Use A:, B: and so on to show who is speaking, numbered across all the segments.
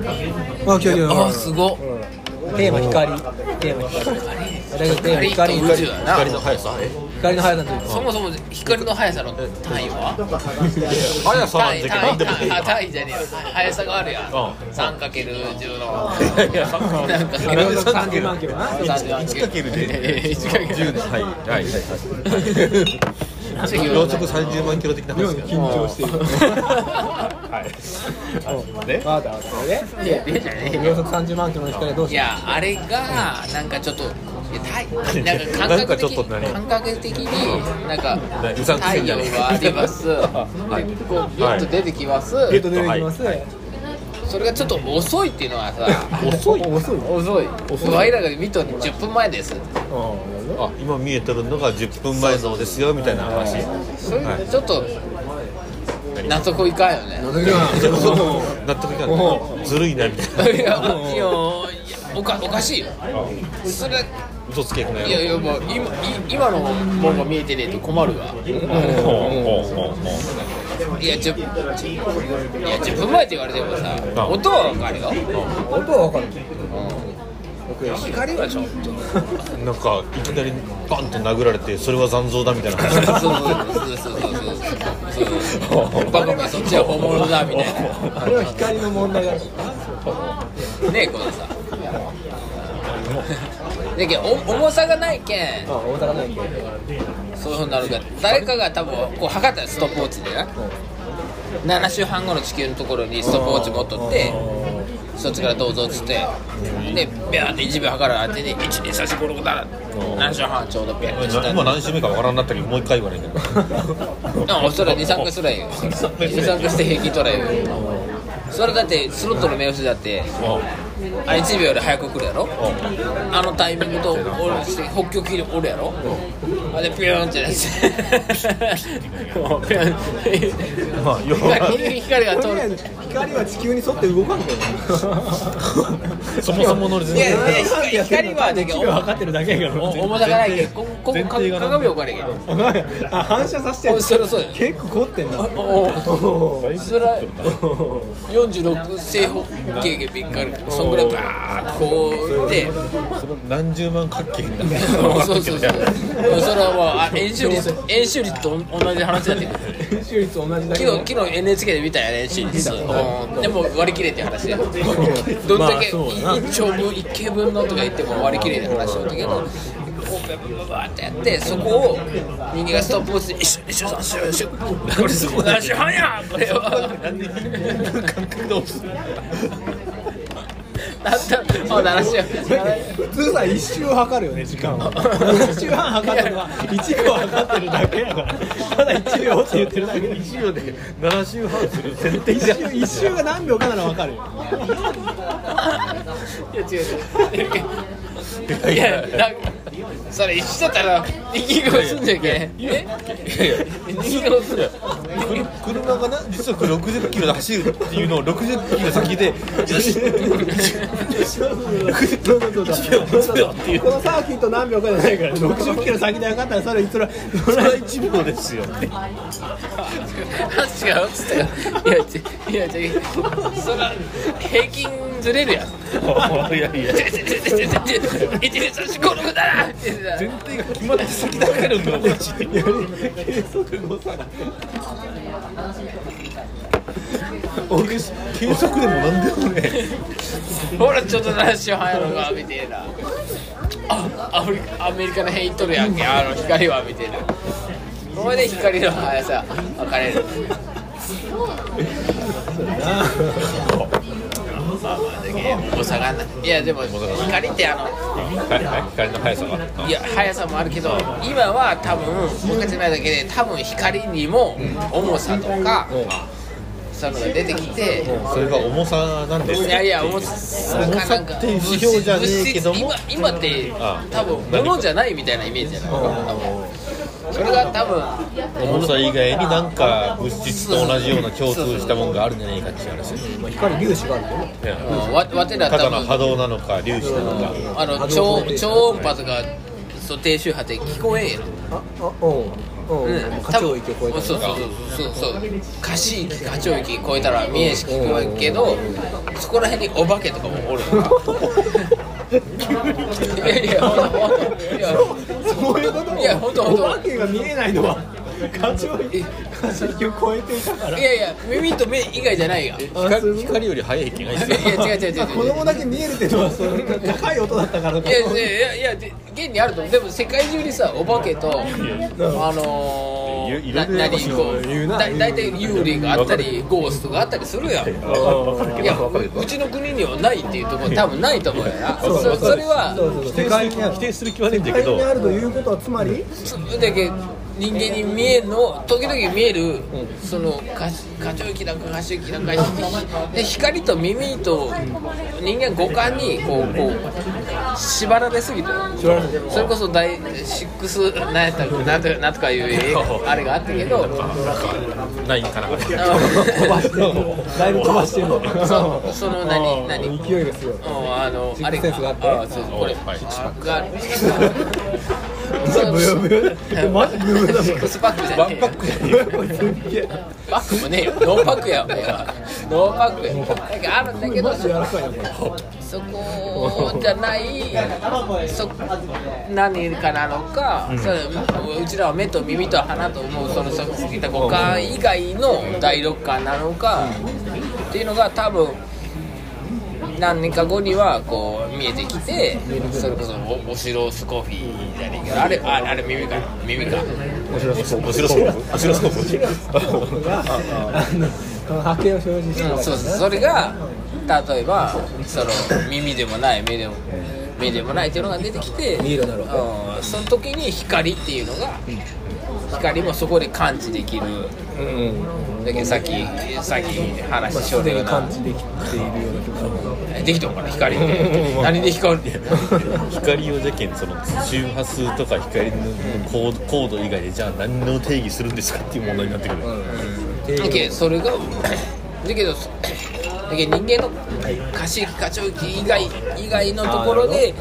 A: あ来た来た来た
B: あすごっ
C: テーマ光テーマ光大学テーマ光
B: 光と宇宙やな
D: 光の速さえ
C: 光の速さというか
B: そもそも光の速さの単位は
D: 速さなん
B: 単
D: て
B: 位
D: な
B: 単位
D: んでも
B: 単位
D: いいや
B: あ単位じゃねえよ速さがあるやん
D: う
B: 3×10 の
D: いや
B: なんか
C: 大学
D: さ
C: 30万キロな
D: 1かけるで
B: 1かける
D: 10のはいはいはい秒速30万キロ的な
A: 妙
D: 話
A: に
D: や
A: 緊張してる
D: はいで
C: わかったわかった で
B: いやいやいやいや
C: 秒速30万キロの光はどう
B: い
C: しよ
B: やあれがなんかちょっといやたいなんか
D: な
B: 感
D: んか
B: 覚
D: ちょっ
B: 的
D: と何
B: 感覚的になんか
D: うさんく
B: 太
D: せえんじ
B: 陽
D: ゃねえ
B: があります
D: はい
B: でこうビュッと出てきます、
D: い
C: うちょっと出てきます
B: それがちょっと遅いっていうのはさ
C: 遅い遅い
B: 遅いワイらが見とに10分前です
D: あ今見えてるのが10分前像ですよみたいな話
B: それちょっと納得いかんよね
D: 納得いかないずるいなみたい
B: いやい
D: な
B: やいやおかおかしいよそれ
D: 嘘つけこの野
B: いやいやもう今い今のもんが見えてねえと困るわ
D: 郎
B: いや10分いや10分前って言われてもさ
D: うん
B: 音は分かるよ、
C: 音はわかる
B: 光はちょっと
D: なんかいきなりバンと殴られてそれは残像だみたいな
B: そうそうそうそうそうそう
D: 話
B: そうバカバカそっちは本物だみたい
C: あれは光の問題だ
B: なねえこのさだけどお重さがないけん
C: あ大阪なんけ
B: そういうふうになるから誰かが多分こう測ったよストップウォッチでな7週半後の地球のところにストップウォッチ持っとってそっちからどうぞっつってでビャーって1秒測られてね123456何週半ちょうどビャーってした
D: 今何週目かわからんなったけどもう一回言わないけど
B: あそれ二酸化すらいよ二酸化して平均取れよそれだってスロットの目押しだってあ1秒より早く来るやろあのタイミングと俺して北極におるやろあでピューンってなってもうピ ューン
D: まあ要
B: 光
D: は
B: 光が通
C: とりあえ
B: る
C: ず光は地球に沿って動かんけど
D: そもそもの
B: いやいや光はだけど
A: 分かってるだけやから
B: お重さがないけどこここ鏡をかねえけど
C: あ反射させて
B: そりゃそうだよ
C: 結構凝ってんな
B: おお
C: おー
B: それは46正方形がびっかりそんぐらいバーッこうで
D: 何十万角形になる
B: そうそうそうそれはもうあ円周率円周率と同じ話だって
C: 編集率同じだけ
B: 昨
C: ど
B: 日昨日 NHK で見たよね円周率うんでも割り切れって話だよどんだけ一丁分一軒分のとか言っても割り切れって話だったけどこうバーってやってそこを人間がストップウォッチで「一緒一緒三週一緒これすごい何時半やこれは」
D: 感覚で押す
B: なんだもう鳴らしよう
C: 普通さ一周測るよね時間は一周半測ってるのは1秒測ってるだけやからただ1秒って言ってるだけで
D: 1秒で7周半する設定
C: 一
D: じゃん
C: 周一周が何秒かなら分かるよ
B: いや違う違ういやなんかそれ一緒だったら右側すんじゃけんえ右側すんじゃ
D: 車がな時速60キロで走るっていうのを60キロ先でよし
C: そうそうそうそうこのサーキット何秒かじゃないから60キロ先で測ったらそれそれそ
D: それ
C: れ
D: は1秒ですよって
B: 違うっつったからいやちいや違うそら平均ずれるやん
D: いやいや
B: 1 2 3 4 5 6だなって言ってた
D: 前提が決まって先だけるんだもん
C: 計測誤差が
D: 俺計測でもなんでもね
B: ほらちょっと何しようやろうがみたいなあアフリカアメリカの辺行っとるやんけあの光はみたいなこれで光の速さ分かれる重さがないいやでも光ってあの
D: 光の速さが
B: いや速さもあるけど今は多分分かってないだけで多分光にも重さとかそういうのが出てきて
D: それが重さなんです
B: いやいや、重さか
D: 重さ
B: なんか
D: っていう指標じゃねえけども
B: 物質今今って
D: あ
B: 多分物じゃないみたいなイメージじゃないそれが多分
D: 重さ以外になんか物質と同じような共通したものがあるんじゃないかっていう話
C: 光粒子があるよね
D: いや
B: わわてら
D: た
B: 多
D: だの
B: 分
D: 波動なのか粒子なのか
B: あの超超音波とかそう低周波って聞こえんやろ
C: ああおううん
B: うん
C: 課長池越えたら
B: そうそうそうそうそう歌詞域課長域超えたら三重市聞こえるけどそこら辺にお化けとかも おるのいやいやほんとほんといや
C: そういうこと
B: いやほんとほんと
C: お化けが見えないのは課長
B: え
C: 課長を超えていたから
B: いやいや耳と目以外じゃないよい
C: あそういうこと
D: 光より速い気が
B: や
D: す
B: い
D: る
B: や違う違う違う違う
C: 子供だけ見えるっていうのはその高い音だったから
B: いやいやいやいや現にあると思うでも世界中にさお化けとあの
D: いや
B: ー、
D: い
B: な
D: ろいろ
B: 何こ
C: 言う
B: う
C: な
B: だ大体幽霊があったりゴーストがあったりするやんいやうちの国にはないっていうところ多分ないと思うやなそそれは
C: うそう
D: 否定する否定する気はねえんだけど
C: にあるということはつまり
B: つだけ人間に見えるの時々見える、その過過剰期なんか過剰期なんかで光と耳と人間五感にこうこう縛られすぎてるそれこそ第シックスなんやったっけなんとなんとかいう映画あれがあったけど
D: ないかな
C: 飛ばしてるのだいぶ飛ばしてるの
B: そうその何何
C: うん勢いがすごい
B: うんあの
C: シックス
B: あれ
C: センスがあって
B: そうそうこれ
D: はい
B: が
C: ブヨブヨマジブヨブヨだもん
B: シックスパックじゃ
D: ワ
B: ね
D: ン
B: え
D: パ
B: よ
D: ックじゃね
C: これすっげえ
B: パックもねえよノーパックやお前はノーパックやなんかあるんだけど
C: マジ柔らかいなこれ
B: そこじゃないそ何かなのか、ううちらは目と耳と鼻と思うそのそ過ぎた五感以外の第六感なのか、っていうのが多分何年か後にはこう見えてきてそれこそおお城スコフィーじゃねえけどあれああれ耳か耳か
D: オシロスコープオシロスコープ
C: があのこの波形を表示してるわけ
B: そうそう
C: だ
B: それが例えばその耳でもない目でも目でもないっていうのが出てきて
C: 見えるようになる
B: うんその時に光っていうのが光もそこで感知できる
C: うんうん
B: だけどさっきさっき話ししよう
C: そ
B: だ
C: れが
B: よな
C: 感知できているような気がする
B: できたのかな光って何で光るって
D: 光をじゃけんその周波数とか光の高高度以外でじゃあ何の定義するんですかっていう問題になってくる、
B: だけどそれがだけどそだけど人間の過刺激過聴域以外以外のところで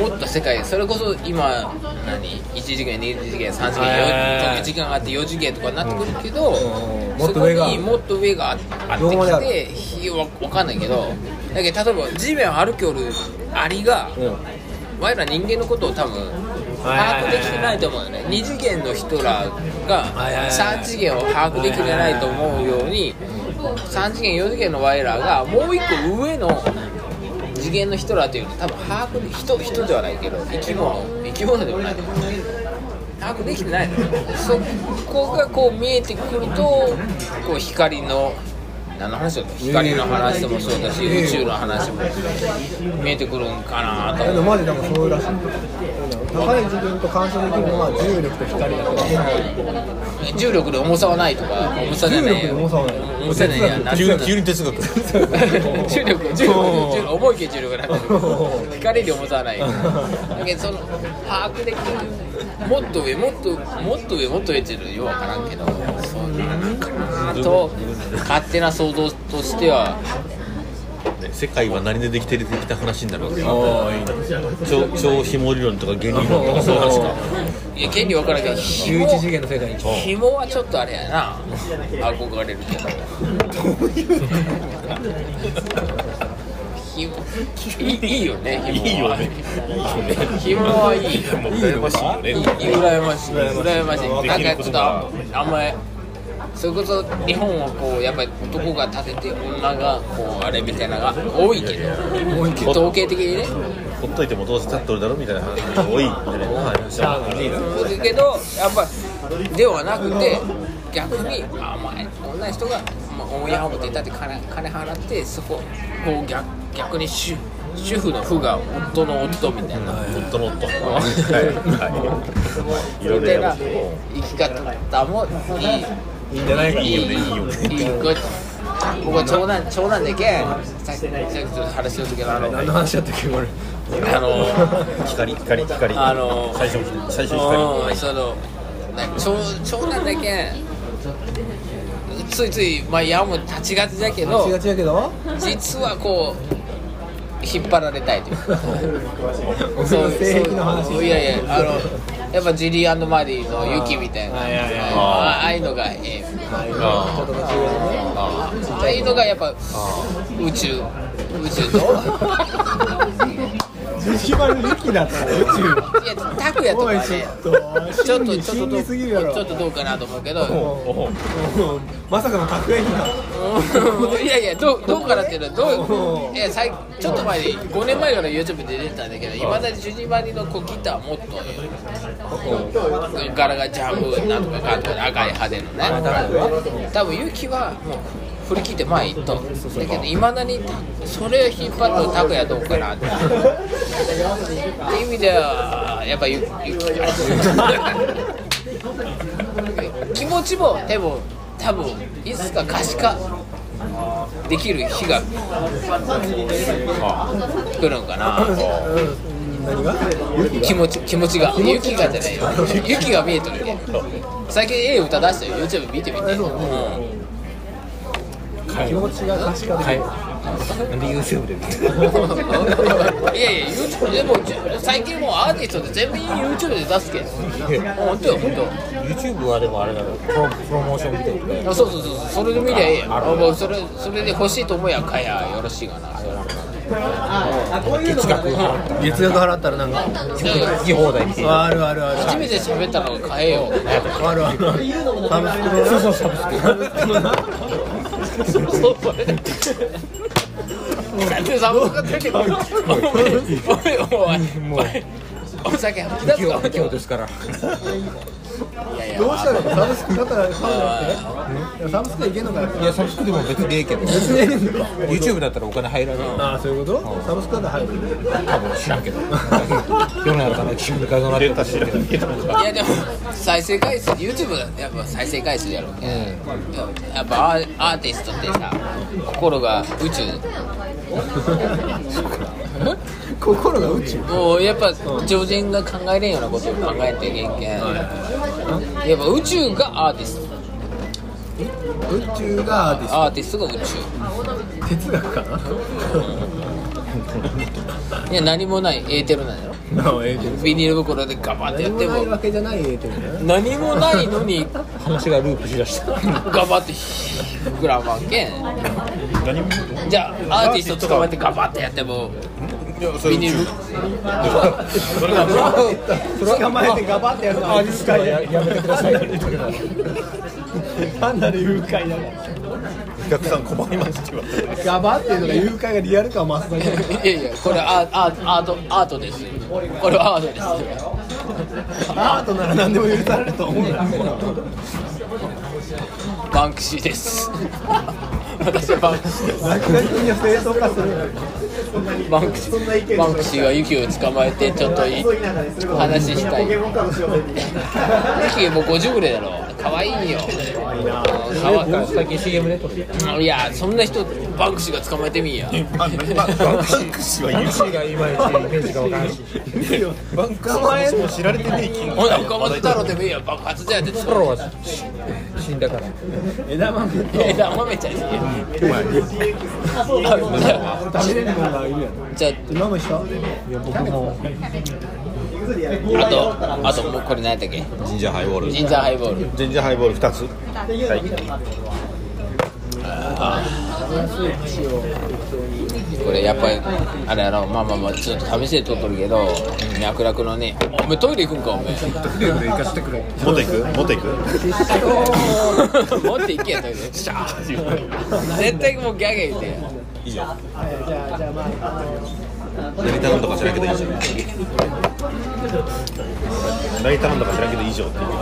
B: もっと世界それこそ今何1次元2次元3次元4時間があって4次元とかになってくるけど、
C: んもっ
B: そ
C: と
B: こ
C: 上が
B: にもっと上があ
C: どこまで
B: っ
C: あ
B: て
C: る
B: きて日は分かんないけどだけど例えば地面を歩きおるアリが、我ら人間のことを多分把握できてないと思うよね2次元の人らが3次元を把握できてないと思うように3次元4次元の我らがもう一個上の次元の人らというのは多分把握で人人ではないけど生き物生き物でもない把握できてないのよそこがこう見えてくるとこう光の何の話だった光の話もそうだし宇宙の話も見えてくるんかなと
C: で
B: 思
C: も
B: う
C: マジなんかそういうらしい高い自分と干渉できるのは重力と光だけ
B: 重力で重さはないとか重さじゃな
C: 重
B: い
C: 力で重さはない
B: 重さじゃないやなんてい
D: 急
B: う
D: に
B: の
D: 急に哲学
B: 重力重力重力重いけ重力になって る光に重さはないだけどその把握できるもっと上もっともっと上もっと上っていうのはようわからんけどそんなんかなと勝手な想像としては
D: 世界は何でできてる的な話になるわけ超超紐理論とか原理論とかそういう話か
B: いや権利わからんけど 紐
C: 11次元の世界に
B: 紐はちょっとあれやな憧れるけど紐いいいいよね紐はい
D: いよね
B: 紐はいいよ
D: もう羨ましいよね
B: いい羨ましい羨ましいなん
D: でき
B: か
D: る
B: ち
D: こ
B: ょっ
D: と
B: と
D: が
B: あんまりそれこそ日本はこうやっぱり男が立てて女がこうあれみたいなのが多いけど統計的にね
D: ほっといてもどうせ立っとるだろみたいな話が多いみたいな話だ
B: そうだけどやっぱりではなくて逆にあまあ女の人が、まあ、思いはもっていたって金金払ってそここう逆逆に主主婦の夫が夫の夫みたいな。
D: 夫の夫はいはいいろい
B: み
D: ろ
B: たい
D: や
B: な
D: ば
B: 生き方もいい
D: いいんじゃない
B: い
D: いい
B: い
D: よねいいよね
B: いいこ僕は長男長男でけんさっきさっきと話しようとけどあの
C: 何の話だったっけこれ
B: あの
D: 光光光
B: あの
D: 最初の最初の
B: うんそのなんか長長男だけんついついまあやむ立ちがちだけど
C: 違う違うけど
B: 実はこう引っ張られたいというか
C: お前の性癖の話
B: そうそういやいやあのやっぱジリーマリーの雪みたいなあ
C: あいやいや
B: ああいうのがええ
D: あ
B: ああいうのがやっぱ宇宙宇宙 と
C: ジリマル雪だったら宇宙
B: いやタクヤと
C: お
B: か
C: い
B: ね
C: ちょっ
B: ちょっ
C: と真
B: と
C: 理
B: ちょ
C: 真
B: っと
C: 理すぎるやろ
B: ちょっとどうかなと思うけど
C: うんまさかの格言だ
B: うんいやいやどうどうからっていうのはど
C: う
B: うんいや最ちょっと前に5年前から YouTube で出てたんだけどいまだにジュニバニの子ギター持っとる柄がジャムなんとかかんとか赤い派手のね多分ユキはもう振り切って前行っとるだけどいまだにそれを引っ張ってるタクヤどうかなってっていう意味ではやっぱユユキか気持ちもでも多分いつか可視化できる日が来るんかな
C: 何が雪
B: 気持ち気持ちが雪がじゃないよ雪が見えとるね最近ええ歌出したよ YouTube 見てみて、うん
C: 気持ちが可視化できる
A: なんで YouTube で見てる
B: いやいや YouTube でもじゅ最近もうアーティストって全部 YouTube で出すけん本当よ本当
A: YouTube はでもあれだろプロプロモーションビデオとか
B: あそうそうそうそうそれで見りゃええやんあもうそれそれで欲しいと思うやんかやよろしいがなそれは
A: 月額
E: 月額払ったらなんか
A: 好き放題見てる
E: あるあるある
B: 初めて喋ったのが変えよう
E: あるあるサブスクのな
C: そうそうサブスク
B: そうそうそれで。だってサボが出てくる。おいおいおい。お酒吐き出すか
A: 今
B: お
A: 日
B: 前
A: 今日ですから
B: いやいや
C: どうしたのサブスクだったら買うのってねサブスクいけんのかよ
A: いやサブスクでも別にええけど YouTube だったらお金入らない
C: ああそういうことサブスクだったら入る
A: 多分知らんけど世の中の聞き方なってる
D: 知らんけど
B: いやでも再生回数 YouTube だってやっぱ再生回数やろ、やっぱアーアーティストってさ心が宇宙
C: 心が宇宙
B: もうやっぱ常人が考えれんようなことを考えていけんけんやっぱ宇宙がアーティスト
C: 宇宙がアーティス
B: アーティストが宇
C: ト哲学かな
B: 宙いや何もないエーテルなんやろビニール袋でガバってや
C: 何も
B: って
C: な
B: も
C: いわけじゃないエーテルね
B: 何もないのに
A: 話がループしだした
B: ガバって膨らまんけんじゃあアーティスト捕まえてガバってやってもビニール
D: それが
C: 捕まえてガバってやるのは実際ややめてください単なる誘拐だか
D: お客さん困りますって言われて
C: らガバっていうのが誘拐がリアル感を増すだけだ
B: いやいやこれアーアーアートアートですこれはアートで
C: ア
B: す
C: ートなら何でも許されると思うんだ
B: バンクシーです 私はバンクシーです
C: 落書きには正当化する
B: バンクシーバンクシーがユキを捕まえてちょっとい 話したいユキもう50ぐらいだろ可愛いよ可愛いな
A: 最近 CM で撮る
B: いやそんな人バンクシーが捕まえてみんや
D: バンクシーは言うし
A: がいまいちイメージがわからんし
D: バンクシーはそも知られてねえ金
B: ほな岡本太郎でもいいや爆発じゃやって
A: トロは死んだから
C: 枝豆
B: 枝豆ちゃんに
D: うまい
B: じゃ
C: 食べれるものがいるやろ
B: あじゃ
C: 今もした
B: ああとあともうこれ何やったっけ
D: ジンジャーハイボール
B: ジンジャーハイボール
D: ジンジャーハイボール2つ
B: これやっぱりあれやろまあまあまあちょっと試しで撮っとるけど脈絡のねお前トイレ行くんかお前
D: 持っていく持っていく
B: 持って行けやトイレシャー絶対もうギャーギャー言って
D: いいじゃん何頼んだか知らんけどいいじゃん何頼んだか知らんけどいいじゃんっていう